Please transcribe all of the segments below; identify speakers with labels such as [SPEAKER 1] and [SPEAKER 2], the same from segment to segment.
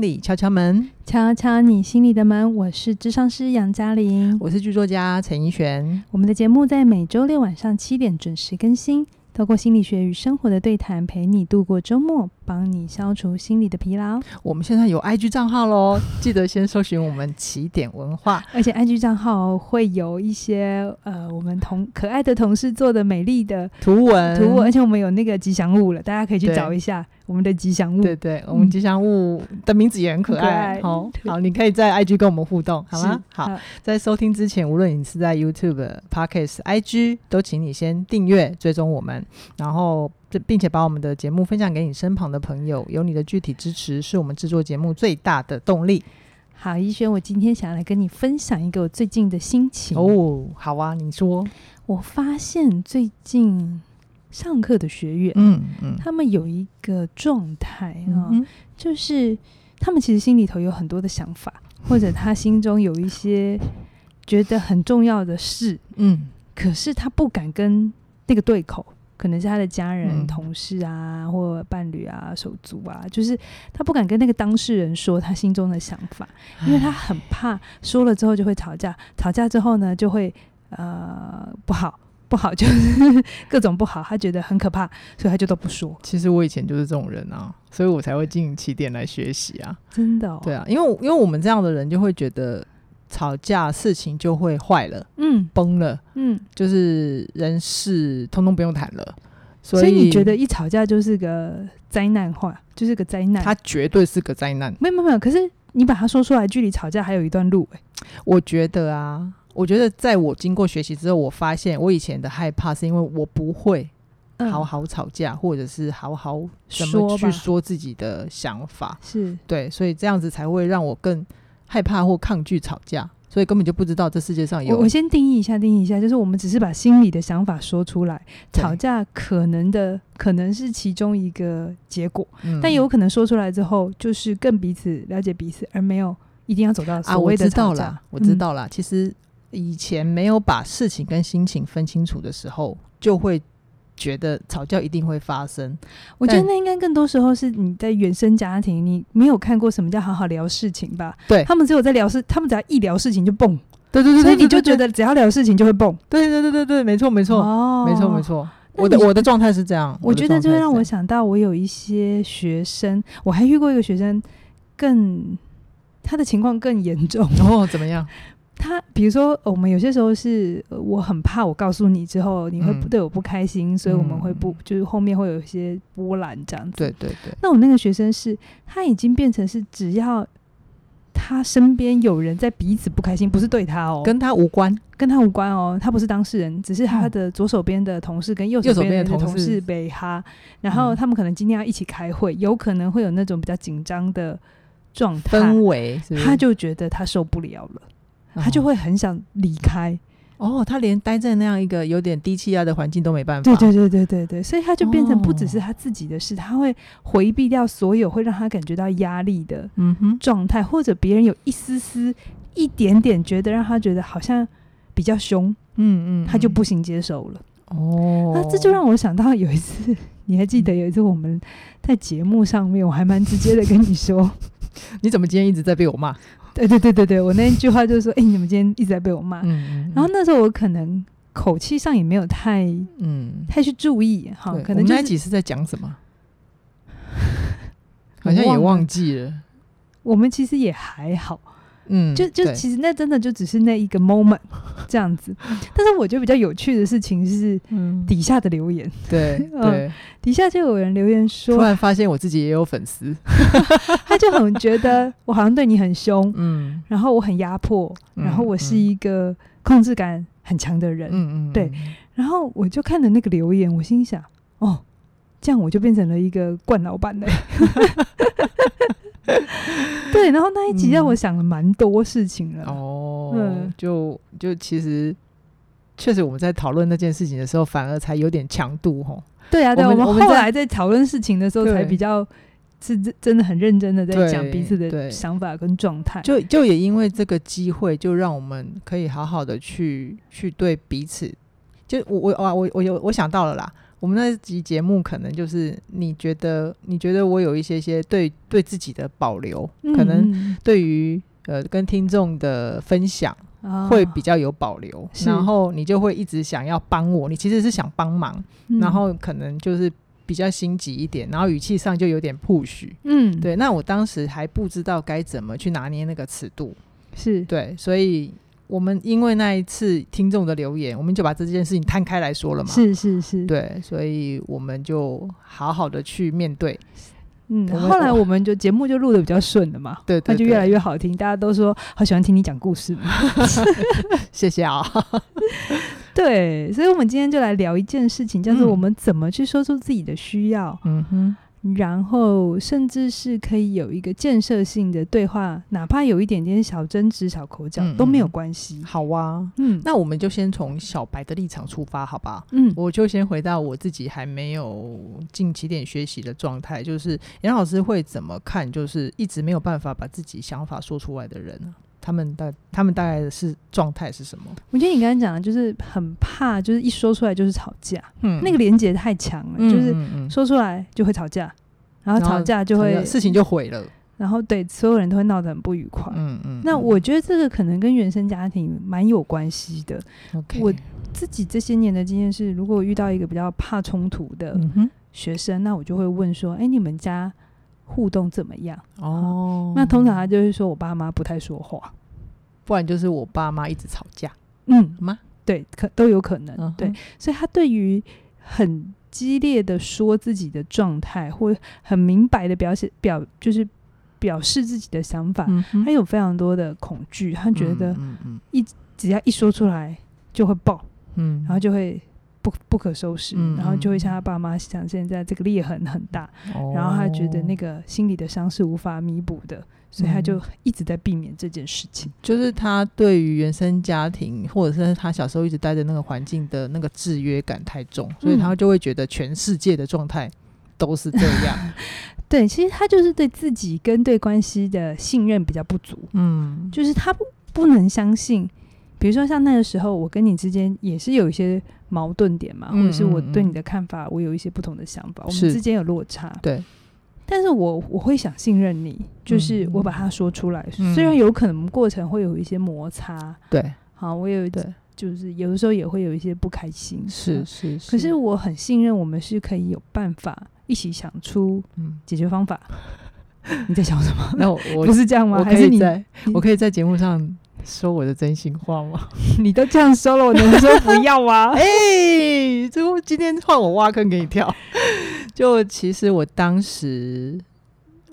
[SPEAKER 1] 里敲敲门，
[SPEAKER 2] 敲敲你心里的门，我是智商师杨嘉玲。
[SPEAKER 1] 我是剧作家陈怡璇。
[SPEAKER 2] 我们的节目在每周六晚上七点准时更新，透过心理学与生活的对谈，陪你度过周末，帮你消除心理的疲劳。
[SPEAKER 1] 我们现在有 IG 账号 喽，记得先搜寻我们起点文化。
[SPEAKER 2] 而且 IG 账号会有一些呃，我们同可爱的同事做的美丽的
[SPEAKER 1] 图文，
[SPEAKER 2] 图文，而，且我们有那个吉祥物了，大家可以去
[SPEAKER 1] 对
[SPEAKER 2] 找一下我们的吉祥物。
[SPEAKER 1] 对对，我们吉祥物的名字也很可爱。
[SPEAKER 2] 很可爱
[SPEAKER 1] 好好，你可以在 IG 跟我们互动，好
[SPEAKER 2] 是，
[SPEAKER 1] 吗？好，在收听之前，无论你是在 YouTube、Podcast、IG，都请你先订阅、追踪我们，然后这并且把我们的节目分享给你身旁的朋友。有你的具体支持，是我们制作节目最大的动力。
[SPEAKER 2] 好，怡轩，我今天想要来跟你分享一个我最近的心情。
[SPEAKER 1] 哦，好啊，你说，
[SPEAKER 2] 我发现最近上课的学员，
[SPEAKER 1] 嗯嗯，
[SPEAKER 2] 他们有一个状态啊、
[SPEAKER 1] 嗯哼
[SPEAKER 2] 就是他们其实心里头有很多的想 法，或者他心中有一些觉得很重要的事，
[SPEAKER 1] 嗯
[SPEAKER 2] 可是他不敢跟那个对口，可能是他的家人、
[SPEAKER 1] 嗯
[SPEAKER 2] 同事啊，或伴侣啊、手足啊，就是他不敢跟那个当事人说他心中的想 法，因为他很怕说了之后就会吵架，吵架之后呢就会呃不好。不好，就是 各种不好，他觉得很可怕，所以他就都不说。
[SPEAKER 1] 其实我以前就是这种人啊，所以我才会进起点来学习啊。
[SPEAKER 2] 真的、哦，
[SPEAKER 1] 对，啊，因为因为我们这样的人就会觉得吵架事情就会坏了、
[SPEAKER 2] 嗯
[SPEAKER 1] 崩了，
[SPEAKER 2] 嗯，
[SPEAKER 1] 就是人事通通不用谈了。所
[SPEAKER 2] 所以你觉得一吵架就是个灾难话，就是个灾难？
[SPEAKER 1] 他绝对是个灾难？
[SPEAKER 2] 没有没有没有，可是你把它说出来，距离吵架还有一段路、欸。
[SPEAKER 1] 我觉得啊，我觉得在我经过学习之后，我发现我以前的害怕是因为我不会
[SPEAKER 2] 嗯
[SPEAKER 1] 好好吵架，或者是好好怎么
[SPEAKER 2] 说
[SPEAKER 1] 去
[SPEAKER 2] 吧
[SPEAKER 1] 说自己的想法。
[SPEAKER 2] 是
[SPEAKER 1] 对，所以这样子才会让我更害怕或抗拒吵架，所以根本就不知道这世界上
[SPEAKER 2] 我
[SPEAKER 1] 有
[SPEAKER 2] 我先定义一下，定义一下，就是我们只是把心里的想法说出来，
[SPEAKER 1] 对
[SPEAKER 2] 吵架可能的可能是其中一个结果，
[SPEAKER 1] 嗯
[SPEAKER 2] 但也有可能说出来之后，就是更彼此了解彼此，而没有一定要走到
[SPEAKER 1] 啊，
[SPEAKER 2] 所
[SPEAKER 1] 我
[SPEAKER 2] 谓
[SPEAKER 1] 知
[SPEAKER 2] 的
[SPEAKER 1] 道
[SPEAKER 2] 吵架。嗯
[SPEAKER 1] 了，我知道了。其实以前没有把事情跟心情分清楚的时候，就会觉得吵架一定会发生。
[SPEAKER 2] 我觉得
[SPEAKER 1] 但
[SPEAKER 2] 那应该更多时候是你在原生家庭，你没有看过什么叫好好聊事情吧？
[SPEAKER 1] 对
[SPEAKER 2] 他们只有在聊事，他们只要一聊事情就蹦，
[SPEAKER 1] 对对
[SPEAKER 2] 所以你就觉得只要聊事情就会蹦。
[SPEAKER 1] 对对对对对，没错没错、
[SPEAKER 2] 哦
[SPEAKER 1] 没错没。错。
[SPEAKER 2] 那
[SPEAKER 1] 我的
[SPEAKER 2] 你
[SPEAKER 1] 我的状态是这样，
[SPEAKER 2] 我
[SPEAKER 1] 的
[SPEAKER 2] 觉得
[SPEAKER 1] 状
[SPEAKER 2] 就
[SPEAKER 1] 态
[SPEAKER 2] 会
[SPEAKER 1] 是
[SPEAKER 2] 让我
[SPEAKER 1] 这样
[SPEAKER 2] 想到，我有一些学生，我还遇过一个学生更。他的情况更严重。
[SPEAKER 1] 哦怎么样？
[SPEAKER 2] 他比如说，呃我们有些时候是呃我很怕，我告诉你之后，你会
[SPEAKER 1] 嗯
[SPEAKER 2] 不对我不开心，所以我们会不
[SPEAKER 1] 嗯
[SPEAKER 2] 就是后面会有一些波澜这样子。
[SPEAKER 1] 对对对，
[SPEAKER 2] 那我那个学生是，他已经变成是只要他身边有人在彼此不开心，不是对他哦，跟
[SPEAKER 1] 跟他无关。
[SPEAKER 2] 跟他无关哦，他不是当事人，只是他
[SPEAKER 1] 嗯
[SPEAKER 2] 的左手边的同事跟右
[SPEAKER 1] 右手
[SPEAKER 2] 手边
[SPEAKER 1] 边的
[SPEAKER 2] 的
[SPEAKER 1] 同
[SPEAKER 2] 同
[SPEAKER 1] 事
[SPEAKER 2] 事被哈，然后
[SPEAKER 1] 嗯
[SPEAKER 2] 他们可能今天要一起开会，有可能会有那种比较紧张的状态，
[SPEAKER 1] 氛围是不是
[SPEAKER 2] 他就觉得他受不了了，他就
[SPEAKER 1] 哦
[SPEAKER 2] 会很想离开。
[SPEAKER 1] 哦，他连待在那样一个有点低气压的环境都没办法。
[SPEAKER 2] 对对对对对对，所以他就变成不只是
[SPEAKER 1] 哦
[SPEAKER 2] 他自己的事，他会回避掉所有会让他感觉到压力的
[SPEAKER 1] 嗯哼，
[SPEAKER 2] 状态，或者别人有一丝丝、一点点觉得让他觉得好像比较凶，
[SPEAKER 1] 嗯嗯，
[SPEAKER 2] 他就
[SPEAKER 1] 嗯
[SPEAKER 2] 不行接受了。
[SPEAKER 1] 哦，嗯
[SPEAKER 2] 那这就让我想到有一次，你还记得有一次我们在节目上面，我还蛮直接的跟 你说，
[SPEAKER 1] 你怎么今天一直在被我骂？
[SPEAKER 2] 对对对对对，我那一句话就是说，哎、你怎么今天一直在被我骂？
[SPEAKER 1] 嗯，嗯
[SPEAKER 2] 然后
[SPEAKER 1] 嗯
[SPEAKER 2] 那时候我可能口气上也没有太
[SPEAKER 1] 嗯，
[SPEAKER 2] 太去注意哈
[SPEAKER 1] 对，
[SPEAKER 2] 可
[SPEAKER 1] 我们
[SPEAKER 2] 能就
[SPEAKER 1] 那一
[SPEAKER 2] 是
[SPEAKER 1] 集是在讲什 么？
[SPEAKER 2] 我
[SPEAKER 1] 好像也
[SPEAKER 2] 忘了
[SPEAKER 1] 忘记了。
[SPEAKER 2] 我们其实也还好。
[SPEAKER 1] 嗯，
[SPEAKER 2] 就就
[SPEAKER 1] 对
[SPEAKER 2] 其实那真的就只是那一个 moment 这样子，但是我觉得比较有趣的事情是
[SPEAKER 1] 嗯，
[SPEAKER 2] 底下的留言，
[SPEAKER 1] 对
[SPEAKER 2] 嗯
[SPEAKER 1] 对，
[SPEAKER 2] 底下就有人留言
[SPEAKER 1] 突
[SPEAKER 2] 说，
[SPEAKER 1] 然发现我自己也有粉丝。
[SPEAKER 2] 他就很觉 得我好像对你很凶，
[SPEAKER 1] 嗯，
[SPEAKER 2] 然后我很压迫，
[SPEAKER 1] 嗯
[SPEAKER 2] 然后我是
[SPEAKER 1] 嗯
[SPEAKER 2] 一个控制感很强的人。
[SPEAKER 1] 嗯嗯，
[SPEAKER 2] 对然后我就看着那个留言，我心想，哦，这样我就变成了一个惯老板 嘞。对，然后那一集让我想了蛮多事情了。
[SPEAKER 1] 嗯。哦
[SPEAKER 2] 嗯，
[SPEAKER 1] 就就其实。确实，我们在讨论那件事情的时候，反而才有点强度吼。
[SPEAKER 2] 对啊，对啊，
[SPEAKER 1] 我
[SPEAKER 2] 我
[SPEAKER 1] 们
[SPEAKER 2] 们
[SPEAKER 1] 我们
[SPEAKER 2] 后
[SPEAKER 1] 在
[SPEAKER 2] 来在讨论事情的时候，
[SPEAKER 1] 对
[SPEAKER 2] 才比较是真真的很认真的在
[SPEAKER 1] 对
[SPEAKER 2] 讲彼此
[SPEAKER 1] 对
[SPEAKER 2] 的想法跟状态。
[SPEAKER 1] 就就也因为这个机会，就让我们可以好好的去去对彼此。就我我啊我我有我想到了啦，我们那集节目可能就是你觉得你觉得我有一些些对对自己的保留，可能
[SPEAKER 2] 嗯
[SPEAKER 1] 对于呃跟听众的分享
[SPEAKER 2] 嗯
[SPEAKER 1] 会
[SPEAKER 2] 哦
[SPEAKER 1] 比较有保留，
[SPEAKER 2] 是
[SPEAKER 1] 然后你就会一直想要帮我，你其实是想帮忙，
[SPEAKER 2] 嗯
[SPEAKER 1] 然后可能就是比较心急一点，然后语气上就有点 push。
[SPEAKER 2] 嗯
[SPEAKER 1] 对，那我当时还不知道该怎么去拿捏那个尺度，
[SPEAKER 2] 是
[SPEAKER 1] 对，所以我们因为那一次听众的留言，我们就把这件事情摊开来说了嘛。
[SPEAKER 2] 是是是，
[SPEAKER 1] 对，所以我们就好好的去面对。
[SPEAKER 2] 嗯，
[SPEAKER 1] 我们
[SPEAKER 2] 后来我们就节目就录的比较顺了嘛，
[SPEAKER 1] 对对
[SPEAKER 2] 那就
[SPEAKER 1] 对
[SPEAKER 2] 越来越好听，大家都说好喜欢听你讲故事。
[SPEAKER 1] 谢谢啊、
[SPEAKER 2] 对，所以我们今天就来聊一件事情，叫做
[SPEAKER 1] 嗯
[SPEAKER 2] 我们怎么去说出自己的需要，
[SPEAKER 1] 嗯哼，
[SPEAKER 2] 然后甚至是可以有一个建设性的对话，哪怕有一点点小争执、小口角
[SPEAKER 1] 嗯
[SPEAKER 2] 都没有
[SPEAKER 1] 嗯
[SPEAKER 2] 关系。
[SPEAKER 1] 好啊。
[SPEAKER 2] 嗯
[SPEAKER 1] 那我们就先从小白的立场出发，好吧？
[SPEAKER 2] 嗯
[SPEAKER 1] 我就先回到我自己还没有进起点学习的状态，就是杨老师会怎么看？就是一直没有办法把自己想法说出来的人啊，他们大他们大概的是状态是什么？
[SPEAKER 2] 我觉得你刚才讲的就是很怕，就是一说出来就是吵架，
[SPEAKER 1] 嗯
[SPEAKER 2] 那个连结太强了，就是
[SPEAKER 1] 嗯嗯
[SPEAKER 2] 说出来就会吵架，然后
[SPEAKER 1] 然后
[SPEAKER 2] 吵架就会
[SPEAKER 1] 事情就毁了。
[SPEAKER 2] 然后对所有人都会闹得很不愉快。
[SPEAKER 1] 嗯嗯，
[SPEAKER 2] 那
[SPEAKER 1] 嗯
[SPEAKER 2] 我觉得这个可能跟原生家庭蛮有关系的。
[SPEAKER 1] OK 嗯
[SPEAKER 2] 我自己这些年的经验是，如果遇到一个比较怕冲突的
[SPEAKER 1] 嗯哼
[SPEAKER 2] 学生，那我就会问说：“哎，你们家互动怎么样？”
[SPEAKER 1] 哦，
[SPEAKER 2] 那通常他就会说：“我爸妈不太说话。
[SPEAKER 1] 不然就是我爸妈一直吵架”
[SPEAKER 2] 嗯，
[SPEAKER 1] 吗？
[SPEAKER 2] 对，可都有可能。
[SPEAKER 1] 嗯哼
[SPEAKER 2] 对，所以他对于很激烈的说自己的状态，或很明白的表现表，就是表示自己的想法，
[SPEAKER 1] 嗯哼
[SPEAKER 2] 他有非常多的恐惧，他觉得
[SPEAKER 1] 嗯嗯
[SPEAKER 2] 只要一说出来就会爆，
[SPEAKER 1] 嗯，
[SPEAKER 2] 然后就会不不可收拾，
[SPEAKER 1] 嗯
[SPEAKER 2] 然后就会像他爸妈想，现在这个裂痕很大，
[SPEAKER 1] 哦嗯
[SPEAKER 2] 然后他觉得那个心理的伤是无法弥补的，所以他就一直在避免这件事情。
[SPEAKER 1] 就是他对于原生家庭，或者是他小时候一直待的那个环境的那个制约感太重，所以他就会觉得全世界的状态都是这样。
[SPEAKER 2] 对，其实他就是对自己跟对关系的信任比较不足，
[SPEAKER 1] 嗯，
[SPEAKER 2] 就是他不不能相信。比如说像那个时候，我跟你之间也是有一些矛盾点嘛，
[SPEAKER 1] 嗯
[SPEAKER 2] 或者是我
[SPEAKER 1] 嗯嗯
[SPEAKER 2] 对你的看法，我有一些不同的想法，我们
[SPEAKER 1] 是
[SPEAKER 2] 之间有落差。
[SPEAKER 1] 对，
[SPEAKER 2] 但是我我会想信任你，就是
[SPEAKER 1] 嗯
[SPEAKER 2] 我把它说出来，
[SPEAKER 1] 嗯
[SPEAKER 2] 虽然有可能过程会有一些摩擦，
[SPEAKER 1] 对，
[SPEAKER 2] 好，我有
[SPEAKER 1] 对
[SPEAKER 2] 就是有的时候也会有一些不开心，
[SPEAKER 1] 是
[SPEAKER 2] 啊
[SPEAKER 1] 是嗯是。
[SPEAKER 2] 可是，我很信任我们是可以有办法一起想出
[SPEAKER 1] 嗯，
[SPEAKER 2] 解决方法。你在想什么？
[SPEAKER 1] 那我我
[SPEAKER 2] 不是这样吗？
[SPEAKER 1] 我
[SPEAKER 2] 还
[SPEAKER 1] 可
[SPEAKER 2] 是
[SPEAKER 1] 以
[SPEAKER 2] 你
[SPEAKER 1] 在
[SPEAKER 2] 你
[SPEAKER 1] 我可以在节目上说我的真心话吗？
[SPEAKER 2] 你都这样说了，我能说不要啊吗？
[SPEAKER 1] 哎、最后今天换我挖坑给你跳。 就其实我当时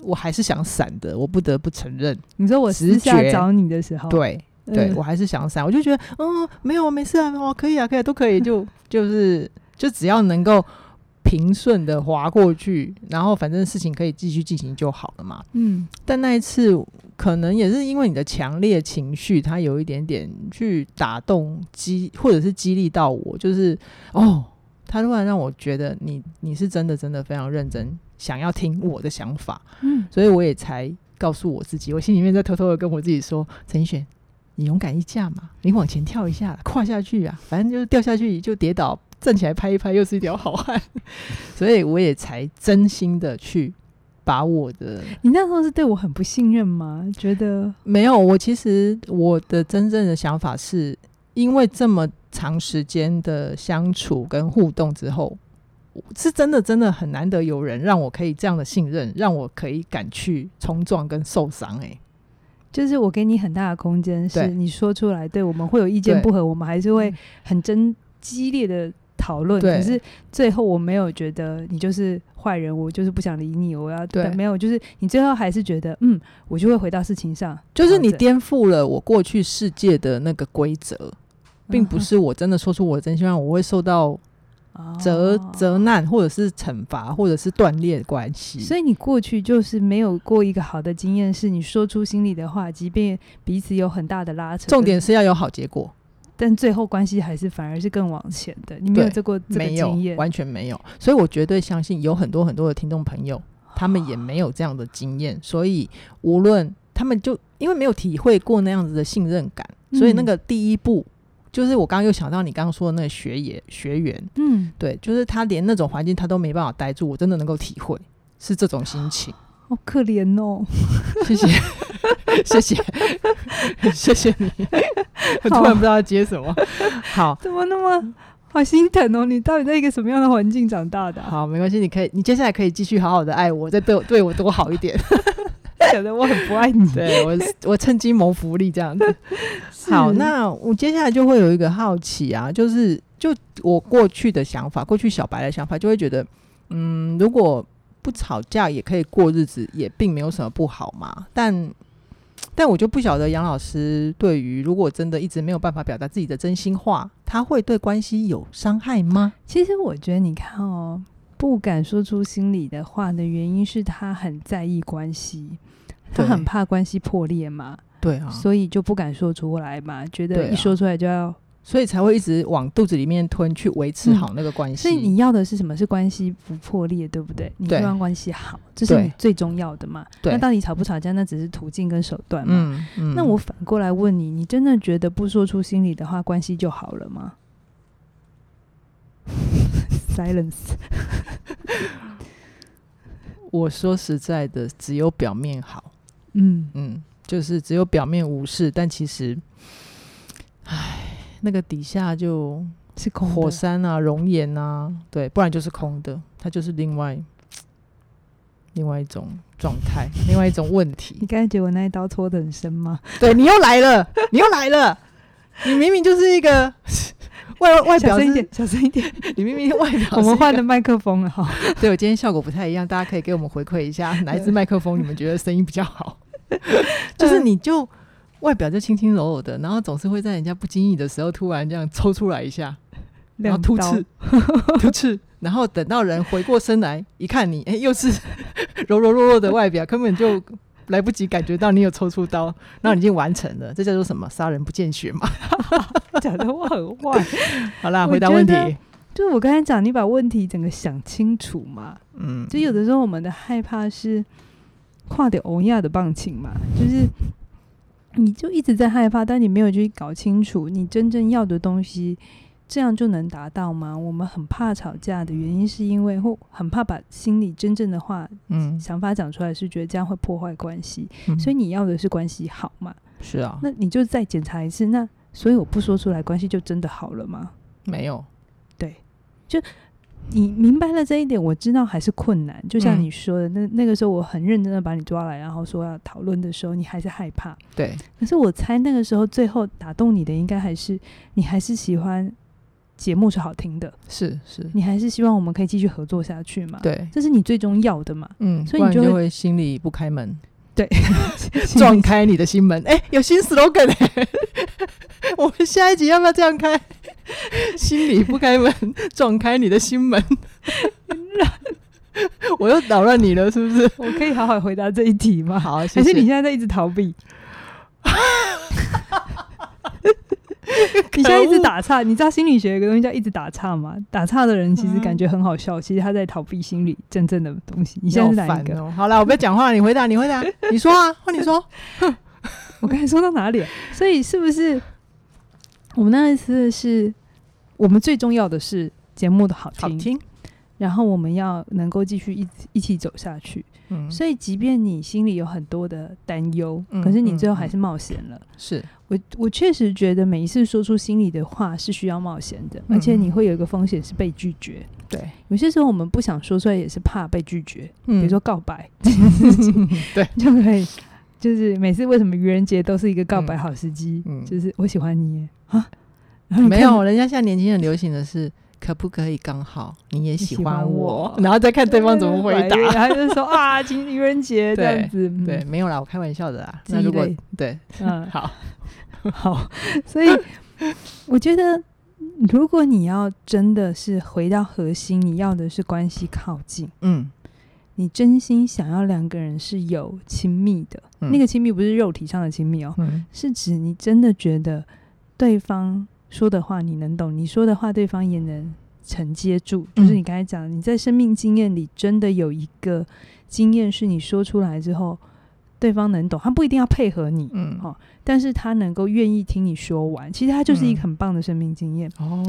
[SPEAKER 1] 我还是想闪的，我不得不承认。
[SPEAKER 2] 你说我私
[SPEAKER 1] 直
[SPEAKER 2] 下
[SPEAKER 1] 觉
[SPEAKER 2] 找你的时候，
[SPEAKER 1] 对，
[SPEAKER 2] 嗯，
[SPEAKER 1] 对我还是想闪，我就觉得嗯，没有没事啊，哦，可以啊，可以、啊、都可以，就 就是就只要能够平顺的划过去，然后反正事情可以继续进行就好了嘛。
[SPEAKER 2] 嗯
[SPEAKER 1] 但那一次可能也是因为你的强烈情绪，它有一点点去打动激或者是激励到我，就是哦，他突然让我觉得你你是真的真的非常认真想要听我的想法，
[SPEAKER 2] 嗯，
[SPEAKER 1] 所以我也才告诉我自己，我心里面在偷偷的跟我自己说：“陈奕迅，你勇敢一下嘛，你往前跳一下啦，跨下去啊，反正就是掉下去就跌倒，站起来拍一拍，又是一条好汉。” 所以我也才真心的去把我的
[SPEAKER 2] 你那时候是对我很不信任吗？觉得
[SPEAKER 1] 没有，我其实我的真正的想法是，因为这么长时间的相处跟互动之后，我是真的真的很难得有人让我可以这样的信任，让我可以敢去冲撞跟受伤、欸。
[SPEAKER 2] 就是我给你很大的空间，是
[SPEAKER 1] 对
[SPEAKER 2] 你说出来，对我们会有意见
[SPEAKER 1] 对
[SPEAKER 2] 不合，我们还是会很争激烈的讨论。
[SPEAKER 1] 对
[SPEAKER 2] 可是最后我没有觉得你就是坏人，我就是不想理你，我要
[SPEAKER 1] 对
[SPEAKER 2] 没有，就是你最后还是觉得，嗯，我就会回到事情上，
[SPEAKER 1] 就是你
[SPEAKER 2] 调整
[SPEAKER 1] 颠覆了我过去世界的那个规则，并不是我真的说出我的真心话，我会受到
[SPEAKER 2] 嗯
[SPEAKER 1] 责
[SPEAKER 2] 哦
[SPEAKER 1] 责难，或者是惩罚，或者是断裂关系。
[SPEAKER 2] 所以你过去就是没有过一个好的经验，是你说出心里的话，即便彼此有很大的拉扯，
[SPEAKER 1] 重点是要有好结果，
[SPEAKER 2] 但最后关系还是反而是更往前的。你没有
[SPEAKER 1] 对
[SPEAKER 2] 这过这个
[SPEAKER 1] 没有
[SPEAKER 2] 经验，，
[SPEAKER 1] 完全没有。所以我绝对相信有很多很多的听众朋友，他们也没有这样的经验，所以无论他们就因为没有体会过那样子的信任感，所以那
[SPEAKER 2] 嗯
[SPEAKER 1] 个第一步就是我刚刚又想到你刚刚说的那个学爷学员，
[SPEAKER 2] 嗯，
[SPEAKER 1] 对，就是他连那种环境他都没办法待住，我真的能够体会是这种心情。
[SPEAKER 2] 好可怜哦，
[SPEAKER 1] 谢 谢，谢谢， 谢谢你。我突然不知道接什么。好
[SPEAKER 2] 怎么那么好心疼哦？你到底在一个什么样的环境长大的、啊？
[SPEAKER 1] 好，没关系，你可以，你接下来可以继续好好的爱我，再对我对我多好一点。
[SPEAKER 2] 显得我很不爱 你。
[SPEAKER 1] 对 我，我趁机谋福利这样子。好，那我接下来就会有一个好奇啊，就是就我过去的想法，过去小白的想法，就会觉得，嗯，如果不吵架也可以过日子，也并没有什么不好嘛。但但我就不晓得杨老师对于如果真的一直没有办法表达自己的真心话，他会对关系有伤害吗？
[SPEAKER 2] 其实我觉得，你看哦，不敢说出心里的话的原因是他很在意关系，他
[SPEAKER 1] 对
[SPEAKER 2] 很怕关系破裂嘛，
[SPEAKER 1] 对啊，
[SPEAKER 2] 所以就不敢说出来嘛，觉
[SPEAKER 1] 对啊
[SPEAKER 2] 得一说出来就要。
[SPEAKER 1] 所以才会一直往肚子里面吞，去维持
[SPEAKER 2] 嗯
[SPEAKER 1] 好那个关系。
[SPEAKER 2] 所以你要的是什么？是关系不破裂，对不对？你希
[SPEAKER 1] 对
[SPEAKER 2] 望关系好，这是你
[SPEAKER 1] 对
[SPEAKER 2] 最重要的嘛？
[SPEAKER 1] 对
[SPEAKER 2] 那到底吵不吵架，那只是途径跟手段嘛。
[SPEAKER 1] 嗯嗯，
[SPEAKER 2] 那我反过来问你，你真的觉得不说出心里的话，关系就好了吗 ？Silence。
[SPEAKER 1] 我说实在的，只有表面好。
[SPEAKER 2] 嗯，
[SPEAKER 1] 嗯，就是只有表面无视，但其实，唉，那个底下就是
[SPEAKER 2] 空的
[SPEAKER 1] 火山啊、熔岩啊，对，不然就是空的，它就是另外另外一种状态，另外一种问
[SPEAKER 2] 你
[SPEAKER 1] 题。
[SPEAKER 2] 刚才觉得我那一刀戳得很深吗？
[SPEAKER 1] 对你又来了，你又来了，你明明就是一个 外 外
[SPEAKER 2] 小
[SPEAKER 1] 表
[SPEAKER 2] 声一
[SPEAKER 1] 是
[SPEAKER 2] 点，，小声一点。
[SPEAKER 1] 你明明外表
[SPEAKER 2] 我们换
[SPEAKER 1] 的，
[SPEAKER 2] 了麦克风了哈。
[SPEAKER 1] 对我今天效果不太一样，大家可以给我们回馈一下，哪一支麦克风你们觉得声音比较 好？就是你就外表就轻轻柔柔的，然后总是会在人家不经意的时候突然这样抽出来一下，然后
[SPEAKER 2] 两
[SPEAKER 1] 突
[SPEAKER 2] 刀
[SPEAKER 1] 刺， 突刺，然后等到人回过身来一看你，哎、又是柔柔弱弱的外表，根本就。来不及感觉到你有抽出刀，那你已经完成了，这叫做什么？杀人不见血 嘛。
[SPEAKER 2] 讲的我很 坏。
[SPEAKER 1] 好啦，
[SPEAKER 2] 我
[SPEAKER 1] 回答问题
[SPEAKER 2] 觉。得就是我刚才讲，你把问题整个想清楚嘛。
[SPEAKER 1] 嗯，
[SPEAKER 2] 就有的时候我们的害怕是跨点欧亚的棒情嘛，就是你就一直在害怕，但你没有去搞清楚你真正要的东西，这样就能达到吗？我们很怕吵架的原因是因为或很怕把心里真正的话、
[SPEAKER 1] 嗯，
[SPEAKER 2] 想法讲出来，是觉得这样会破坏关系，
[SPEAKER 1] 嗯
[SPEAKER 2] 所以你要的是关系好嘛？
[SPEAKER 1] 是啊，
[SPEAKER 2] 那你就再检查一次，那所以我不说出来，关系就真的好了吗？
[SPEAKER 1] 没有，
[SPEAKER 2] 你明白了这一点，我知道还是困难。就像
[SPEAKER 1] 嗯
[SPEAKER 2] 你说的，那那个时候我很认真的把你抓来，然后说要讨论的时候，你还是害怕。
[SPEAKER 1] 对，
[SPEAKER 2] 可是我猜那个时候最后打动你的，应该还是你还是喜欢节目是好听的，
[SPEAKER 1] 是是，
[SPEAKER 2] 你还是希望我们可以继续合作下去嘛？，
[SPEAKER 1] 嗯对，
[SPEAKER 2] 这是你最终要 的嘛？
[SPEAKER 1] 嗯，
[SPEAKER 2] 所以
[SPEAKER 1] 不
[SPEAKER 2] 你
[SPEAKER 1] 然
[SPEAKER 2] 就
[SPEAKER 1] 就
[SPEAKER 2] 会
[SPEAKER 1] 会心里不开 门，撞
[SPEAKER 2] 状
[SPEAKER 1] 开你的心门。哎、有新 slogan 哎、我们下一集要不要这样开？心里不开门，撞开你的心 门。我又扰乱你了，是 不是？
[SPEAKER 2] 我可以好好回答这一题吗？
[SPEAKER 1] 好，谢
[SPEAKER 2] 还是你
[SPEAKER 1] 谢
[SPEAKER 2] 现。在在一直逃 避？你现在一直打岔，你知道心理学有个东西叫一直打岔吗？打岔的人其
[SPEAKER 1] 嗯
[SPEAKER 2] 实感觉很好笑，其实他在逃避心理真正的东西。你现在是
[SPEAKER 1] 好
[SPEAKER 2] 哪
[SPEAKER 1] 烦
[SPEAKER 2] 一个？
[SPEAKER 1] 哦！好了，我不要讲话了，你回答，你回 答，你说啊，换你说。
[SPEAKER 2] 我刚才说到哪 里了？啊所以是不是我们那一次是我们最重要的是节目的好听，
[SPEAKER 1] 好听，
[SPEAKER 2] 然后我们要能够继续一一起走下去。
[SPEAKER 1] 嗯，
[SPEAKER 2] 所以即便你心里有很多的担忧，
[SPEAKER 1] 嗯
[SPEAKER 2] 可是你最后
[SPEAKER 1] 嗯
[SPEAKER 2] 还是冒险了。
[SPEAKER 1] 是
[SPEAKER 2] 我我确实觉得每一次说出心里的话是需要冒险的，而且你会有一个风险是被拒绝。
[SPEAKER 1] 嗯对，
[SPEAKER 2] 有些时候我们不想说出来，也是怕被拒绝。
[SPEAKER 1] 嗯
[SPEAKER 2] 比如说告白，
[SPEAKER 1] 对，
[SPEAKER 2] 就可以，就是每次为什么愚人节都是一个告白好时机？
[SPEAKER 1] 嗯
[SPEAKER 2] 就是我喜欢你耶啊，然后你看
[SPEAKER 1] 没有，人家现在年轻人流行的是，可不可以刚好你也喜
[SPEAKER 2] 喜欢
[SPEAKER 1] 欢我
[SPEAKER 2] 我，
[SPEAKER 1] 然后再看对方怎么回答。
[SPEAKER 2] 然后就说啊，情愚 人节这样子，嗯
[SPEAKER 1] 对，，没有啦，我开玩笑的啦。
[SPEAKER 2] 之
[SPEAKER 1] 那如
[SPEAKER 2] 类
[SPEAKER 1] 果对，
[SPEAKER 2] 嗯，
[SPEAKER 1] 好，
[SPEAKER 2] 好，所以我觉得，如果你要真的是回到核心，你要的是关系靠近，
[SPEAKER 1] 嗯，
[SPEAKER 2] 你真心想要两个人是有亲密的，
[SPEAKER 1] 嗯
[SPEAKER 2] 那个亲密不是肉体上的亲密哦，
[SPEAKER 1] 嗯
[SPEAKER 2] 是指你真的觉得对方说的话你能懂，你说的话对方也能承接住。就是
[SPEAKER 1] 嗯
[SPEAKER 2] 你刚才讲的，你在生命经验里真的有一个经验，是你说出来之后对方能懂，他不一定要配合你，
[SPEAKER 1] 嗯
[SPEAKER 2] 好但是他能够愿意听你说完，其实他就是一
[SPEAKER 1] 嗯
[SPEAKER 2] 个很棒的生命经验。
[SPEAKER 1] 哦，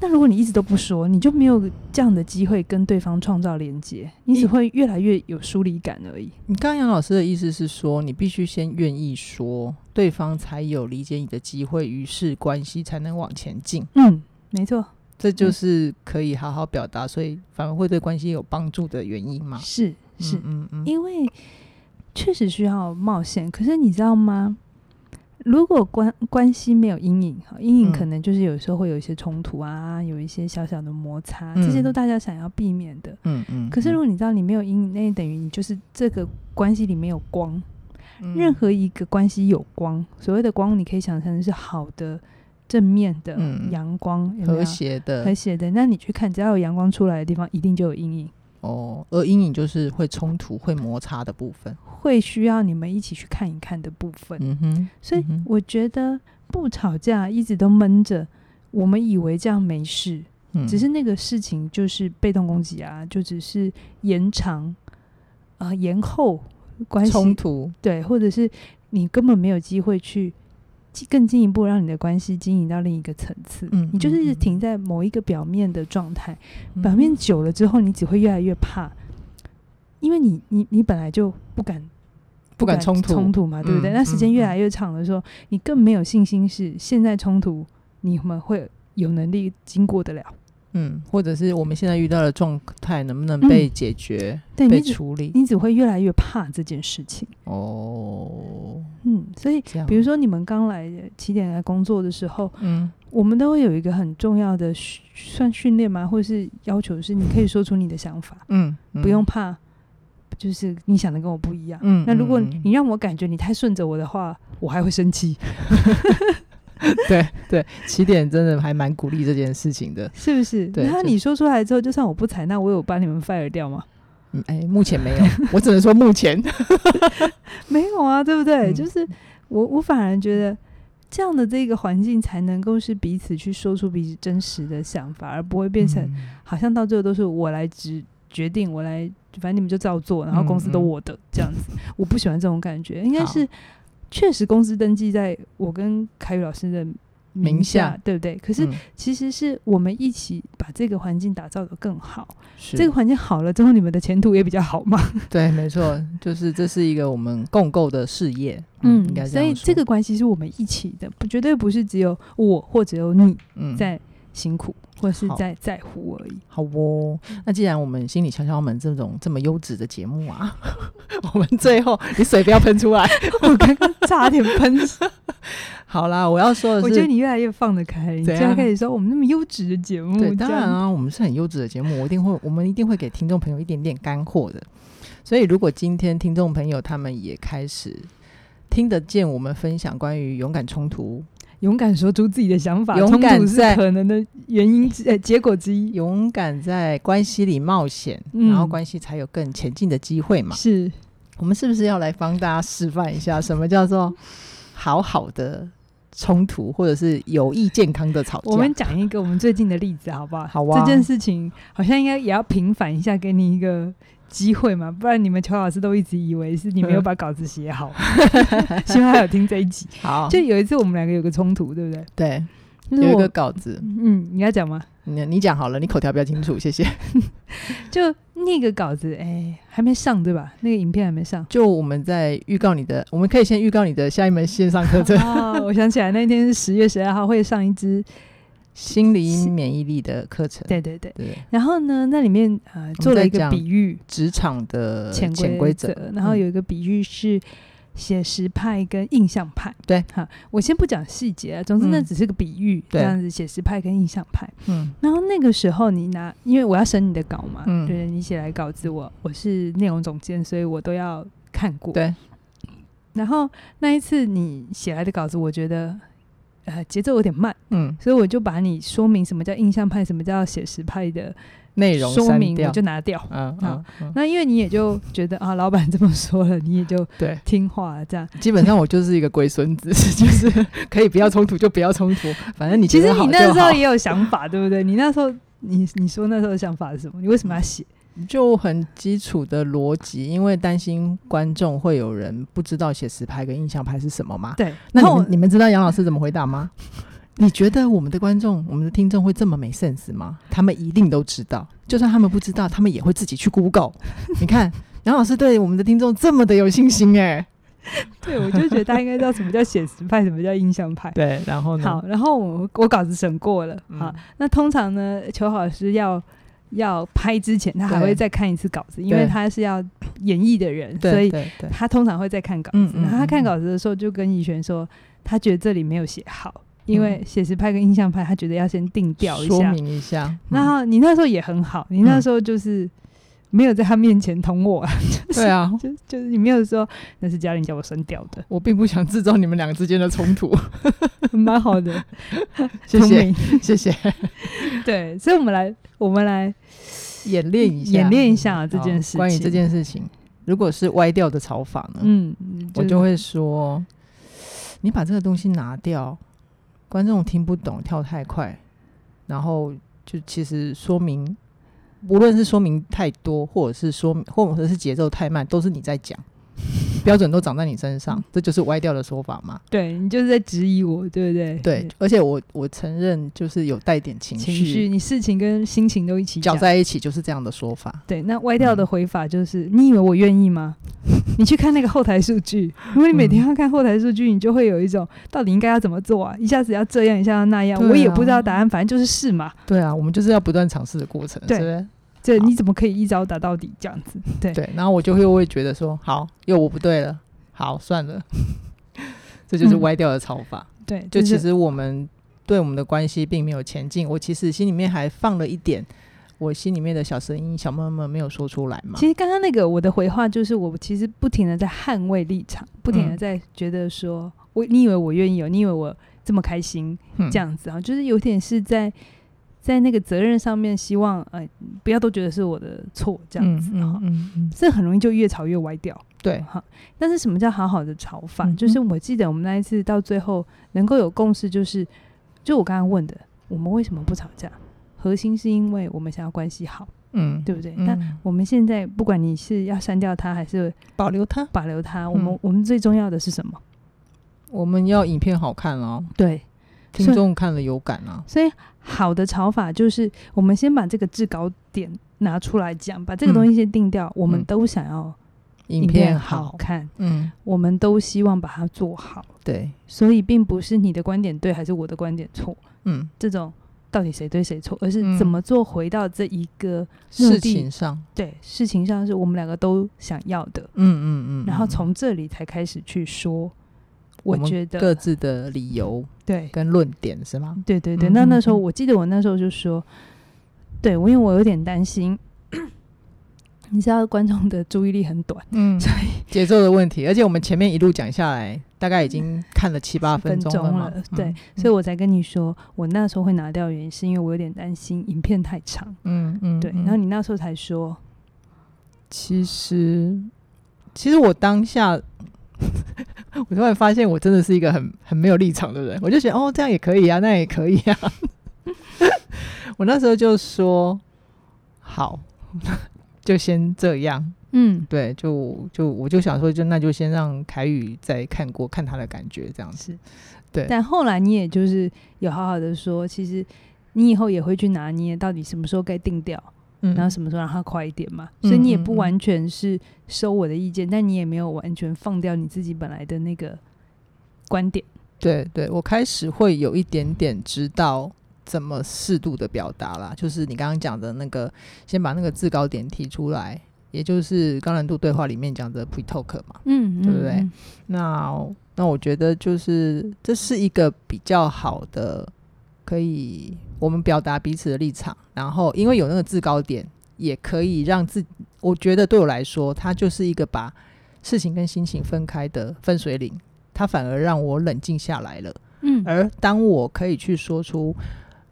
[SPEAKER 2] 那如果你一直都不说，你就没有这样的机会跟对方创造连接，你只
[SPEAKER 1] 一
[SPEAKER 2] 会越来越有疏离感而已。
[SPEAKER 1] 你刚刚杨老师的意思是说，你必须先愿意说，对方才有理解你的机会，于是关系才能往前进。
[SPEAKER 2] 嗯，没错，
[SPEAKER 1] 这就
[SPEAKER 2] 嗯
[SPEAKER 1] 是可以好好表达，所以反而会对关系有帮助的原因嘛？
[SPEAKER 2] 是是，
[SPEAKER 1] 啊嗯嗯嗯，
[SPEAKER 2] 因为确实需要冒险。可是你知道吗？如果关关系没有阴影，哈阴影
[SPEAKER 1] 嗯
[SPEAKER 2] 可能就是有时候会有一些冲突啊，有一些小小的摩擦，这
[SPEAKER 1] 嗯
[SPEAKER 2] 些都大家想要避免的。
[SPEAKER 1] 嗯嗯
[SPEAKER 2] 可是如果你知道你没有阴影，那等于你就是这个关系里没有光。
[SPEAKER 1] 嗯
[SPEAKER 2] 任何一个关系有光，所谓的光，你可以想成是好的、正面的
[SPEAKER 1] 嗯
[SPEAKER 2] 阳光，有没有
[SPEAKER 1] 和谐的
[SPEAKER 2] 和谐的。那你去看，只要有阳光出来的地方，一定就有阴影，
[SPEAKER 1] 哦，而阴影就是会冲突、会摩擦的部分。
[SPEAKER 2] 会需要你们一起去看一看的部分。
[SPEAKER 1] 嗯哼，
[SPEAKER 2] 所以
[SPEAKER 1] 嗯哼
[SPEAKER 2] 我觉得不吵架，一直都闷着，我们以为这样没事，
[SPEAKER 1] 嗯
[SPEAKER 2] 只是那个事情就是被动攻击啊，就只是延长啊、呃延后关系
[SPEAKER 1] 冲突，
[SPEAKER 2] 对，或者是你根本没有机会去进更进一步让你的关系经营到另一个层次。
[SPEAKER 1] 嗯
[SPEAKER 2] 你就是一直
[SPEAKER 1] 嗯嗯
[SPEAKER 2] 停在某一个表面的状态，
[SPEAKER 1] 嗯
[SPEAKER 2] 表面久了之后，你只会越来越怕，因为你你你本来就不敢
[SPEAKER 1] 不敢冲突
[SPEAKER 2] 冲突嘛，对不对？
[SPEAKER 1] 嗯
[SPEAKER 2] 那时间
[SPEAKER 1] 嗯
[SPEAKER 2] 越
[SPEAKER 1] 嗯
[SPEAKER 2] 来越长的时候，你更没有信心是现在冲突你们会有能力经过得了。
[SPEAKER 1] 嗯，或者是我们现在遇到的状态能不能被解决、
[SPEAKER 2] 嗯对
[SPEAKER 1] 被
[SPEAKER 2] 你只
[SPEAKER 1] 处理？
[SPEAKER 2] 你只会越来越怕这件事情。
[SPEAKER 1] 哦，
[SPEAKER 2] 嗯，所以
[SPEAKER 1] 这样，
[SPEAKER 2] 比如说你们刚来起点来工作的时候，
[SPEAKER 1] 嗯
[SPEAKER 2] 我们都会有一个很重要的训算训练吗？或是要求是你可以说出你的想法，
[SPEAKER 1] 嗯，嗯
[SPEAKER 2] 不用，怕，就是你想的跟我不一样。
[SPEAKER 1] 嗯
[SPEAKER 2] 那如果
[SPEAKER 1] 嗯嗯
[SPEAKER 2] 你让我感觉你太顺着我的话，我还会生气，
[SPEAKER 1] 对对，起点真的还蛮鼓励这件事情的。
[SPEAKER 2] 是不是？
[SPEAKER 1] 对
[SPEAKER 2] 然后
[SPEAKER 1] 就
[SPEAKER 2] 你说出来之后，就算我不采纳，我有把你们 fire 掉吗？
[SPEAKER 1] 嗯，哎、目前没 有，我只能说目前。
[SPEAKER 2] 没有啊，对不对？
[SPEAKER 1] 嗯
[SPEAKER 2] 就是我，我反而觉得这样的这个环境才能够是彼此去说出彼此真实的想法，而不会变成
[SPEAKER 1] 嗯
[SPEAKER 2] 好像到最后都是我来决决定，我来，反正你们就照做，然后公司都
[SPEAKER 1] 嗯嗯
[SPEAKER 2] 我的、这样子，我不喜欢这种感觉，应该
[SPEAKER 1] 好
[SPEAKER 2] 是确实公司登记在我跟凯宇老师的名
[SPEAKER 1] 名
[SPEAKER 2] 下，
[SPEAKER 1] 下
[SPEAKER 2] 对不对？可是
[SPEAKER 1] 嗯
[SPEAKER 2] 其实是我们一起把这个环境打造的更好，
[SPEAKER 1] 是
[SPEAKER 2] 这个环境好了之后，你们的前途也比较好嘛，
[SPEAKER 1] 对，没错，就是这是一个我们共构的事业。嗯应该
[SPEAKER 2] 嗯所以
[SPEAKER 1] 样
[SPEAKER 2] 这
[SPEAKER 1] 说
[SPEAKER 2] 个关系是我们一起的，不绝对不是只有我或只有你
[SPEAKER 1] 嗯
[SPEAKER 2] 在辛苦、或是
[SPEAKER 1] 好
[SPEAKER 2] 在在乎而已。
[SPEAKER 1] 好哦，那既然我们心理敲敲门这种这么优质的节目啊， 我们最后你水不要喷出来。
[SPEAKER 2] 我刚刚差点喷
[SPEAKER 1] 好啦，我要说的是，
[SPEAKER 2] 我觉得你越来越放得开，你
[SPEAKER 1] 怎
[SPEAKER 2] 现在
[SPEAKER 1] 样
[SPEAKER 2] 开始说我们那么优质的节目，
[SPEAKER 1] 对，当
[SPEAKER 2] 这样
[SPEAKER 1] 然啊，我们是很优质的节目，我一定会，我们一定会给听众朋友一点点干货的。所以，如果今天听众朋友他们也开始听得见我们分享关于勇敢冲突、
[SPEAKER 2] 勇敢说出自己的想法，
[SPEAKER 1] 勇
[SPEAKER 2] 冲
[SPEAKER 1] 敢
[SPEAKER 2] 突是
[SPEAKER 1] 在
[SPEAKER 2] 可能的原 因之呃结果之一，
[SPEAKER 1] 勇敢在关系里冒险，
[SPEAKER 2] 嗯
[SPEAKER 1] 然后关系才有更前进的机会嘛。啊
[SPEAKER 2] 是
[SPEAKER 1] 我们是不是要来帮大家示范一下，什么叫做好好的冲突，或者是有益健康的吵架？
[SPEAKER 2] 我们讲一个我们最近的例子好不好？
[SPEAKER 1] 好啊
[SPEAKER 2] 这件事情好像应该也要平反一下，给你一个机会嘛，不然你们邱老师都一直以为是你没有
[SPEAKER 1] 嗯
[SPEAKER 2] 把稿子写好， 希望他有听这一集。
[SPEAKER 1] 好，
[SPEAKER 2] 就有一次我们两个有个冲突，对不对？
[SPEAKER 1] 对，
[SPEAKER 2] 就
[SPEAKER 1] 有
[SPEAKER 2] 是
[SPEAKER 1] 一
[SPEAKER 2] 我
[SPEAKER 1] 个稿子，
[SPEAKER 2] 嗯，你要讲吗？
[SPEAKER 1] 你你讲好了，你口条比较清楚，谢谢。
[SPEAKER 2] 就那个稿子，哎，还没上对吧？那个影片还没上。
[SPEAKER 1] 就我们在预告你的，我们可以先预告你的下一门线 上课 程
[SPEAKER 2] 哦，我想起来，那天是十月十二号会上一支，
[SPEAKER 1] ——心理免疫力的课程。
[SPEAKER 2] 对对对。
[SPEAKER 1] 对，
[SPEAKER 2] 然后呢，那里面呃做了一个比喻，
[SPEAKER 1] 职场的
[SPEAKER 2] 潜
[SPEAKER 1] 呃潜
[SPEAKER 2] 规
[SPEAKER 1] 规则，嗯
[SPEAKER 2] 然后有一个比喻是写实派跟印象派。
[SPEAKER 1] 对
[SPEAKER 2] 哈，我先不讲细节啊，总之
[SPEAKER 1] 嗯
[SPEAKER 2] 那只是个比喻，
[SPEAKER 1] 对
[SPEAKER 2] 这样子写实派跟印象派。
[SPEAKER 1] 嗯
[SPEAKER 2] 然后那个时候你拿，因为我要审你的稿嘛，
[SPEAKER 1] 嗯
[SPEAKER 2] 对，你写来稿子我，我是内容总监，所以我都要看过。
[SPEAKER 1] 对。
[SPEAKER 2] 然后那一次你写来的稿子，我觉得呃节奏有点慢。
[SPEAKER 1] 嗯，
[SPEAKER 2] 所以我就把你说明什么叫印象派，什么叫写实派的
[SPEAKER 1] 内容
[SPEAKER 2] 说
[SPEAKER 1] 删
[SPEAKER 2] 明，我
[SPEAKER 1] 掉
[SPEAKER 2] 就，拿掉。
[SPEAKER 1] 嗯嗯
[SPEAKER 2] 好
[SPEAKER 1] 嗯，
[SPEAKER 2] 那因为你也就觉得啊，老板这么说了，你也就
[SPEAKER 1] 对，
[SPEAKER 2] 听话了这样。
[SPEAKER 1] 基本上我就是一个龟孙子， 就是可以不要冲突就不要冲突，反正你
[SPEAKER 2] 其
[SPEAKER 1] 觉
[SPEAKER 2] 实
[SPEAKER 1] 得好
[SPEAKER 2] 你
[SPEAKER 1] 就
[SPEAKER 2] 那时候
[SPEAKER 1] 好
[SPEAKER 2] 也有想法，对不对？你那时候，你你说那时候的想法是什么？你为什么要写？
[SPEAKER 1] 就很基础的逻辑，因为担心观众会有人不知道写实派跟印象派是什么嘛。
[SPEAKER 2] 对，
[SPEAKER 1] 那你
[SPEAKER 2] 然后
[SPEAKER 1] 们你们知道杨老师怎么回答 吗？你觉得我们的观众、我们的听众会这么没 sense 吗？他们一定都知道，就算他们不知道，他们也会自己去 Google。你看，杨老师对我们的听众这么的有信心哎、
[SPEAKER 2] 对我就觉得大家应该知道什么叫写实派，什么叫印 象派。
[SPEAKER 1] 对，然后呢？
[SPEAKER 2] 好，然后我我稿子审过了，
[SPEAKER 1] 嗯
[SPEAKER 2] 好，那通常呢，裘老师要要拍之前，他还
[SPEAKER 1] 对
[SPEAKER 2] 会再看一次稿子，因为
[SPEAKER 1] 对
[SPEAKER 2] 他是要演绎的人，
[SPEAKER 1] 对，
[SPEAKER 2] 所以
[SPEAKER 1] 对对
[SPEAKER 2] 他通常会再看稿
[SPEAKER 1] 嗯
[SPEAKER 2] 子。
[SPEAKER 1] 嗯
[SPEAKER 2] 然后他看
[SPEAKER 1] 嗯
[SPEAKER 2] 稿子的时候，就跟怡璇说，他觉得这里没有写好，因为写实派跟印象派，他觉得要先定调
[SPEAKER 1] 嗯
[SPEAKER 2] 一
[SPEAKER 1] 说
[SPEAKER 2] 下。
[SPEAKER 1] 明一下。嗯
[SPEAKER 2] 然后你那时候也很好，你那时候就是没有在他面前捅我，
[SPEAKER 1] 对啊，
[SPEAKER 2] 就就是你没有说那是嘉玲叫我删掉的，
[SPEAKER 1] 我并不想制造你们两个之间的冲 突。
[SPEAKER 2] 蛮好的，
[SPEAKER 1] 谢
[SPEAKER 2] 聪
[SPEAKER 1] 谢
[SPEAKER 2] 明。
[SPEAKER 1] 谢谢，
[SPEAKER 2] 对，所以我们来，我们来
[SPEAKER 1] 演练一下，哦
[SPEAKER 2] 演练一下这件事情
[SPEAKER 1] 关于这件事情，如果是歪掉的炒法呢，
[SPEAKER 2] 嗯，
[SPEAKER 1] 我
[SPEAKER 2] 是
[SPEAKER 1] 就会说，你把这个东西拿掉，观众听不懂，跳太快，然后就其实说明，无论是说明太多，或者是说明，或者是节奏太慢，都是你在讲。标准都长在你身上，这就是歪掉的说法嘛？
[SPEAKER 2] 对你就是在质疑我，对不对？
[SPEAKER 1] 对，，而且我我承认，就是有带点情
[SPEAKER 2] 情绪，
[SPEAKER 1] 绪
[SPEAKER 2] 你事情跟心情都一起
[SPEAKER 1] 搅
[SPEAKER 2] 讲。
[SPEAKER 1] 在一起，就是这样的说法。
[SPEAKER 2] 对，那歪掉
[SPEAKER 1] 嗯
[SPEAKER 2] 的回法就是，你以为我愿意吗？ 你去看那个后台数据，如果你每
[SPEAKER 1] 嗯
[SPEAKER 2] 天要看后台数据，你就会有一种到底应该要怎么做啊？一下子要这样，一下要那样，
[SPEAKER 1] 对啊
[SPEAKER 2] 我也不知道答案，反正就是是嘛。
[SPEAKER 1] 对啊，我们就是要不断尝试的过程，
[SPEAKER 2] 对
[SPEAKER 1] 是不是？
[SPEAKER 2] 这
[SPEAKER 1] 好
[SPEAKER 2] 你怎么可以一招打到底这样子？对，
[SPEAKER 1] 对，然后我就会会觉得说，好，又我不对了，好，算了， 这就是
[SPEAKER 2] 嗯
[SPEAKER 1] 歪掉的炒法。
[SPEAKER 2] 对，
[SPEAKER 1] 就是其实我们对我们的关系并没有前进，我其实心里面还放了一点我心里面的小声音、小闷闷没有说出来嘛。
[SPEAKER 2] 其实刚刚那个我的回话就是，我其实不停的在捍卫立场，不停的
[SPEAKER 1] 嗯
[SPEAKER 2] 在觉得说，我你以为我愿意哦，你以为我这么开心
[SPEAKER 1] 嗯
[SPEAKER 2] 这，样子啊，就是有点是在在那个责任上面，希望呃不要都觉得是我的错这样子啊
[SPEAKER 1] 嗯，嗯嗯，
[SPEAKER 2] 这很容易就越吵越歪掉。
[SPEAKER 1] 对，
[SPEAKER 2] 哈，但是什么叫好好的炒法？
[SPEAKER 1] 嗯哼
[SPEAKER 2] 就是我记得我们那一次到最后能够有共识，就是就我刚刚问的，我们为什么不吵架？核心是因为我们想要关系好，
[SPEAKER 1] 嗯，
[SPEAKER 2] 对不对？
[SPEAKER 1] 嗯，
[SPEAKER 2] 那我们现在不管你是要删掉它还是
[SPEAKER 1] 保留它，
[SPEAKER 2] 保留
[SPEAKER 1] 嗯
[SPEAKER 2] 它，我们、我们最重要的是什么？
[SPEAKER 1] 我们要影片好看哦，
[SPEAKER 2] 对，
[SPEAKER 1] 听众看了有感啊。
[SPEAKER 2] 所以好的炒法就是我们先把这个制高点拿出来讲，把这个
[SPEAKER 1] 嗯
[SPEAKER 2] 东西先定掉。我们
[SPEAKER 1] 嗯
[SPEAKER 2] 都想要
[SPEAKER 1] 影
[SPEAKER 2] 片
[SPEAKER 1] 片
[SPEAKER 2] 好，看，
[SPEAKER 1] 嗯，
[SPEAKER 2] 我们都希望把它做好，
[SPEAKER 1] 对，
[SPEAKER 2] 所以并不是你的观点对还是我的观点错，
[SPEAKER 1] 嗯，
[SPEAKER 2] 这种到底谁对谁错，而
[SPEAKER 1] 嗯
[SPEAKER 2] 是怎么做回到这一个、目的
[SPEAKER 1] 事情上，
[SPEAKER 2] 对事情上是我们两个都想要的，
[SPEAKER 1] 嗯嗯嗯，
[SPEAKER 2] 然后
[SPEAKER 1] 嗯
[SPEAKER 2] 从这里才开始去说。我
[SPEAKER 1] 们
[SPEAKER 2] 觉得
[SPEAKER 1] 各自的理由
[SPEAKER 2] 对
[SPEAKER 1] 跟论点是吗？
[SPEAKER 2] 对对对，
[SPEAKER 1] 嗯
[SPEAKER 2] 那
[SPEAKER 1] 嗯
[SPEAKER 2] 那时候
[SPEAKER 1] 嗯
[SPEAKER 2] 我记得我那时候就说，对我因为我有点担心， 你知道观众的注意力很短，
[SPEAKER 1] 嗯
[SPEAKER 2] 所
[SPEAKER 1] 节奏的问题，而且我们前面一路讲下来，大概已经看了七八分钟
[SPEAKER 2] 嗯钟
[SPEAKER 1] 嘛，
[SPEAKER 2] 了
[SPEAKER 1] 嗯
[SPEAKER 2] 对，所以我才跟你说，我那时候会拿掉，原因是因为我有点担心影片太长，
[SPEAKER 1] 嗯嗯，
[SPEAKER 2] 对，
[SPEAKER 1] 嗯
[SPEAKER 2] 然后你那时候才说，
[SPEAKER 1] 其实其实我当下。 我突然发现，我真的是一个很很没有立场的人。我就觉得，哦，这样也可以啊，那样也可以啊。 我那时候就说，好， 就先这样。
[SPEAKER 2] 嗯，
[SPEAKER 1] 对，就就我就想说，就那就先让凯宇再看过，看他的感觉这样子。
[SPEAKER 2] 是，
[SPEAKER 1] 对
[SPEAKER 2] 但后来你也就是有好好的说，其实你以后也会去拿捏到底什么时候该定掉，
[SPEAKER 1] 嗯
[SPEAKER 2] 然后什么时候让它快一点嘛，
[SPEAKER 1] 嗯
[SPEAKER 2] 所以你也
[SPEAKER 1] 嗯
[SPEAKER 2] 不
[SPEAKER 1] 嗯
[SPEAKER 2] 完全是收我的意见，但你也没有完全放掉你自己本来的那个观点。
[SPEAKER 1] 对对，我开始会有一点点知道怎么适度的表达啦，就是你刚刚讲的那个，先把那个制高点提出来，也就是高难度对话里面讲的 pre talk 嘛。
[SPEAKER 2] 嗯
[SPEAKER 1] 对不对那那我觉得就是这是一个比较好的，可以我们表达彼此的立场，然后因为有那个制高点，也可以让自己，我觉得对我来说，它就是一个把事情跟心情分开的分水岭，它反而让我冷静下来了。
[SPEAKER 2] 嗯嗯，
[SPEAKER 1] 而当我可以去说出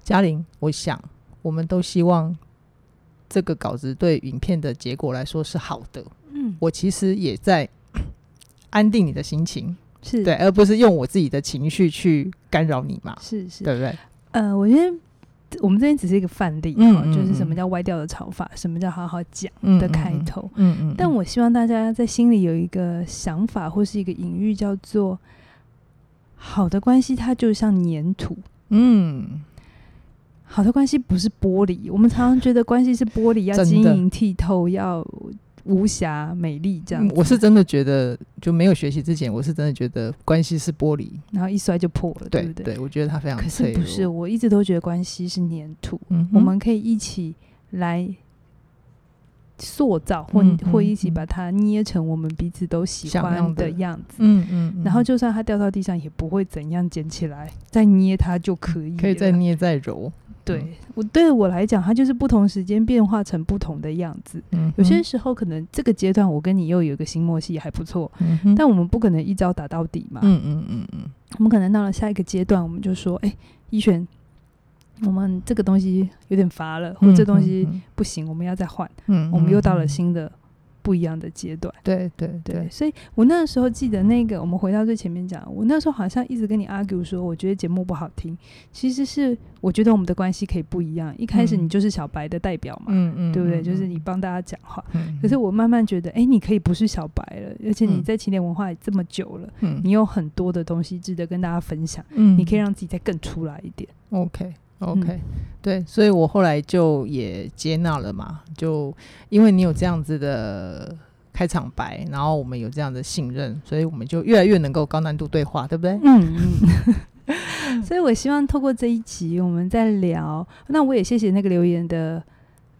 [SPEAKER 1] 嘉玲，我想我们都希望这个稿子对影片的结果来说是好的。
[SPEAKER 2] 嗯
[SPEAKER 1] 我其实也在 安定你的心情，
[SPEAKER 2] 是，
[SPEAKER 1] 对，而不是用我自己的情绪去干扰你嘛，
[SPEAKER 2] 是是。
[SPEAKER 1] 对不对？
[SPEAKER 2] 呃，我觉得我们这边只是一个范例，
[SPEAKER 1] 嗯
[SPEAKER 2] 哦就是
[SPEAKER 1] 嗯
[SPEAKER 2] 什么
[SPEAKER 1] 嗯
[SPEAKER 2] 叫歪掉的炒法，什么叫好好讲
[SPEAKER 1] 嗯
[SPEAKER 2] 的开，头。
[SPEAKER 1] 嗯嗯嗯嗯，
[SPEAKER 2] 但我希望大家在心里有一个想法或是一个隐喻，叫做好的关系，它就像粘土。
[SPEAKER 1] 嗯
[SPEAKER 2] 好的关系不是玻璃，我们常常觉得关系是玻璃，要
[SPEAKER 1] 真的
[SPEAKER 2] 晶莹剔透，要无瑕美丽这样
[SPEAKER 1] 嗯
[SPEAKER 2] 子，
[SPEAKER 1] 我是真的觉得就没有学习之前，我是真的觉得关系是玻璃，
[SPEAKER 2] 然后一摔就破了，
[SPEAKER 1] 对
[SPEAKER 2] 不对？
[SPEAKER 1] 我觉得它非常
[SPEAKER 2] 可
[SPEAKER 1] 脆
[SPEAKER 2] 是不
[SPEAKER 1] 弱
[SPEAKER 2] 是，，我一直都觉得关系是粘土，
[SPEAKER 1] 嗯哼，
[SPEAKER 2] 我们可以一起来塑造，或、
[SPEAKER 1] 嗯
[SPEAKER 2] 或
[SPEAKER 1] 嗯
[SPEAKER 2] 一起
[SPEAKER 1] 嗯
[SPEAKER 2] 把它捏成我们彼此都喜
[SPEAKER 1] 想
[SPEAKER 2] 欢
[SPEAKER 1] 要
[SPEAKER 2] 的
[SPEAKER 1] 的
[SPEAKER 2] 样子。
[SPEAKER 1] 嗯嗯，嗯
[SPEAKER 2] 然后就算它掉到地上也不会怎样，捡起来再捏它就可以
[SPEAKER 1] 嗯
[SPEAKER 2] 了。
[SPEAKER 1] 可以再捏嗯再揉，
[SPEAKER 2] 对我对我来讲，它就是不同时间变化成不同的样子。
[SPEAKER 1] 嗯哼，
[SPEAKER 2] 有些时候可能这个阶段我跟你又有一个新默契还不错，
[SPEAKER 1] 嗯哼，
[SPEAKER 2] 但我们不可能一招打到底嘛。
[SPEAKER 1] 嗯嗯嗯嗯
[SPEAKER 2] 我们可能到了下一个阶段，我们就说：“哎、一璇，我们这个东西有点乏了，或
[SPEAKER 1] 嗯，
[SPEAKER 2] 者这东西
[SPEAKER 1] 嗯，
[SPEAKER 2] 不行，我们要再换。
[SPEAKER 1] 嗯嗯
[SPEAKER 2] 我们又到了
[SPEAKER 1] 嗯
[SPEAKER 2] 新的不一样的阶段。
[SPEAKER 1] 对对
[SPEAKER 2] 对，，所以我那时候记得那个，我们回到最前面讲，我那时候好像一直跟你 argue 说，我觉得节目不好听，其实是我觉得我们的关系可以不一样。一开始
[SPEAKER 1] 嗯
[SPEAKER 2] 你就是小白的代表嘛，
[SPEAKER 1] 嗯嗯，
[SPEAKER 2] 对不对？
[SPEAKER 1] 嗯
[SPEAKER 2] 就是你，帮大家讲话。
[SPEAKER 1] 嗯
[SPEAKER 2] 可是，我慢慢觉得，哎，你可以不是小白了，而且你
[SPEAKER 1] 嗯
[SPEAKER 2] 在起点文化也这么久了，
[SPEAKER 1] 嗯
[SPEAKER 2] 你有很多的东西值得跟大家分享，
[SPEAKER 1] 嗯
[SPEAKER 2] 你可以让自嗯己再更出来一点。
[SPEAKER 1] OK OK，、对，所以我后来就也接纳了嘛，就因为你有这样子的开场白，然后我们有这样的信任，所以我们就越来越能够高难度对话，对不对？
[SPEAKER 2] 嗯， 嗯，所以我希望透过这一集，我们再聊。那我也谢谢那个留言的、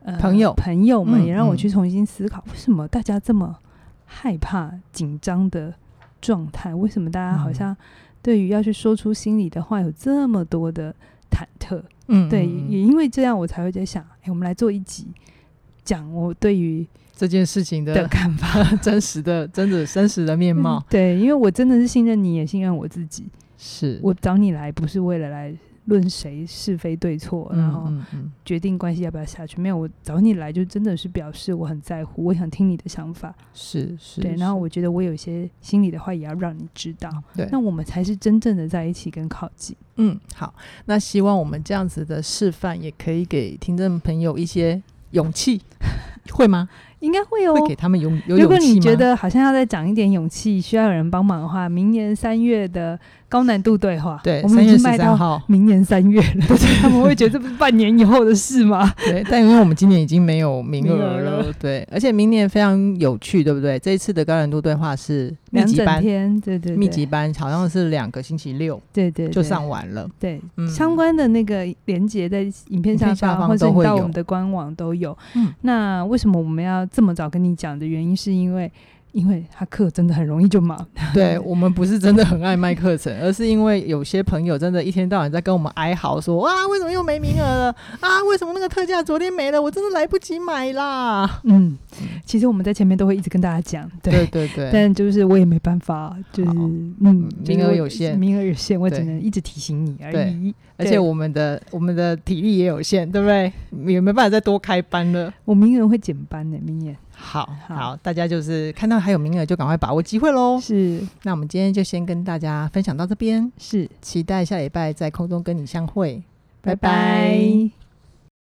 [SPEAKER 2] 呃、
[SPEAKER 1] 朋友
[SPEAKER 2] 朋友们，
[SPEAKER 1] 嗯
[SPEAKER 2] 也让我
[SPEAKER 1] 嗯
[SPEAKER 2] 去重新思考，为什么大家这么害怕紧张的状态？为什么大家好
[SPEAKER 1] 嗯
[SPEAKER 2] 像对于要去说出心里的话有这么多的忐忑？
[SPEAKER 1] 嗯
[SPEAKER 2] 对，
[SPEAKER 1] 嗯嗯
[SPEAKER 2] 也因为这样，我才会在想，哎、我们来做一集。讲我对于
[SPEAKER 1] 这件事情
[SPEAKER 2] 的
[SPEAKER 1] 的
[SPEAKER 2] 看法，
[SPEAKER 1] 真实的、真的真实的面貌、
[SPEAKER 2] 对，因为我真的是信任你，也信任我自己。
[SPEAKER 1] 是，
[SPEAKER 2] 我找你来不是为了来论谁是非对错，
[SPEAKER 1] 嗯
[SPEAKER 2] 然后
[SPEAKER 1] 嗯嗯
[SPEAKER 2] 决定关系要不要下去。没有，我找你来就真的是表示我很在乎，我想听你的想法。
[SPEAKER 1] 是是，
[SPEAKER 2] 对，然后我觉得我有一些心里的话也要让你知道，
[SPEAKER 1] 是对，
[SPEAKER 2] 那我们才是真正的在一起跟靠近。
[SPEAKER 1] 嗯，好，那希望我们这样子的示范也可以给听众朋友一些勇 气，会吗？
[SPEAKER 2] 应该会哦。
[SPEAKER 1] 会给他们勇有
[SPEAKER 2] 如果
[SPEAKER 1] 勇气
[SPEAKER 2] 你
[SPEAKER 1] 吗？
[SPEAKER 2] 觉得好像要再长一点勇气，需要有人帮忙的话，明年三月的高难度对话，
[SPEAKER 1] 对，
[SPEAKER 2] 我
[SPEAKER 1] 三
[SPEAKER 2] 们已
[SPEAKER 1] 月
[SPEAKER 2] 经
[SPEAKER 1] 十
[SPEAKER 2] 卖
[SPEAKER 1] 三
[SPEAKER 2] 到
[SPEAKER 1] 号，
[SPEAKER 2] 明年三月 了，他们会觉得这不是半年以后的事吗？
[SPEAKER 1] 对，但因为我们今年已经没有名额
[SPEAKER 2] 名额
[SPEAKER 1] 了，对，而且明年非常有趣，对不对？这一次的高难度对话是 密
[SPEAKER 2] 两
[SPEAKER 1] 集
[SPEAKER 2] 整
[SPEAKER 1] 班，
[SPEAKER 2] 天，对对对，
[SPEAKER 1] 密集班好像是两个星期六
[SPEAKER 2] 对对
[SPEAKER 1] 就
[SPEAKER 2] 对
[SPEAKER 1] 上完了，
[SPEAKER 2] 对，
[SPEAKER 1] 嗯
[SPEAKER 2] 相关的那个连接在影片下
[SPEAKER 1] 影片下
[SPEAKER 2] 方，
[SPEAKER 1] 方
[SPEAKER 2] 或者
[SPEAKER 1] 都
[SPEAKER 2] 你
[SPEAKER 1] 会
[SPEAKER 2] 到我
[SPEAKER 1] 有
[SPEAKER 2] 们的官网都有。
[SPEAKER 1] 嗯
[SPEAKER 2] 那为什么我们要这么早跟你讲的原因，是因为因为他课真的很容易 就忙，
[SPEAKER 1] 对我们不是真的很爱卖课程，而是因为有些朋友真的一天到晚在跟我们哀嚎说：“哇，为什么又没名额了？啊，为什么那个特价昨天没了？我真的来不及买啦
[SPEAKER 2] 嗯，其实我们在前面都会一直跟大家讲，！”
[SPEAKER 1] 对。对对，
[SPEAKER 2] 但就是我也没办法，就是
[SPEAKER 1] 好
[SPEAKER 2] 嗯，就是
[SPEAKER 1] 名额
[SPEAKER 2] 我
[SPEAKER 1] 有限
[SPEAKER 2] 名额有限，我
[SPEAKER 1] 对
[SPEAKER 2] 只能一直提醒你而
[SPEAKER 1] 对
[SPEAKER 2] 已。
[SPEAKER 1] 而且我们的我们的体力也有限，对不对？也没办法再多开班了。
[SPEAKER 2] 我名额会减班的，明年
[SPEAKER 1] 好
[SPEAKER 2] 好
[SPEAKER 1] 好，大家就是看到还有名额就赶快把握机会喽。
[SPEAKER 2] 是
[SPEAKER 1] 那我们今天就先跟大家分享到这边，
[SPEAKER 2] 是，
[SPEAKER 1] 期待下礼拜在空中跟你相会，
[SPEAKER 2] 拜拜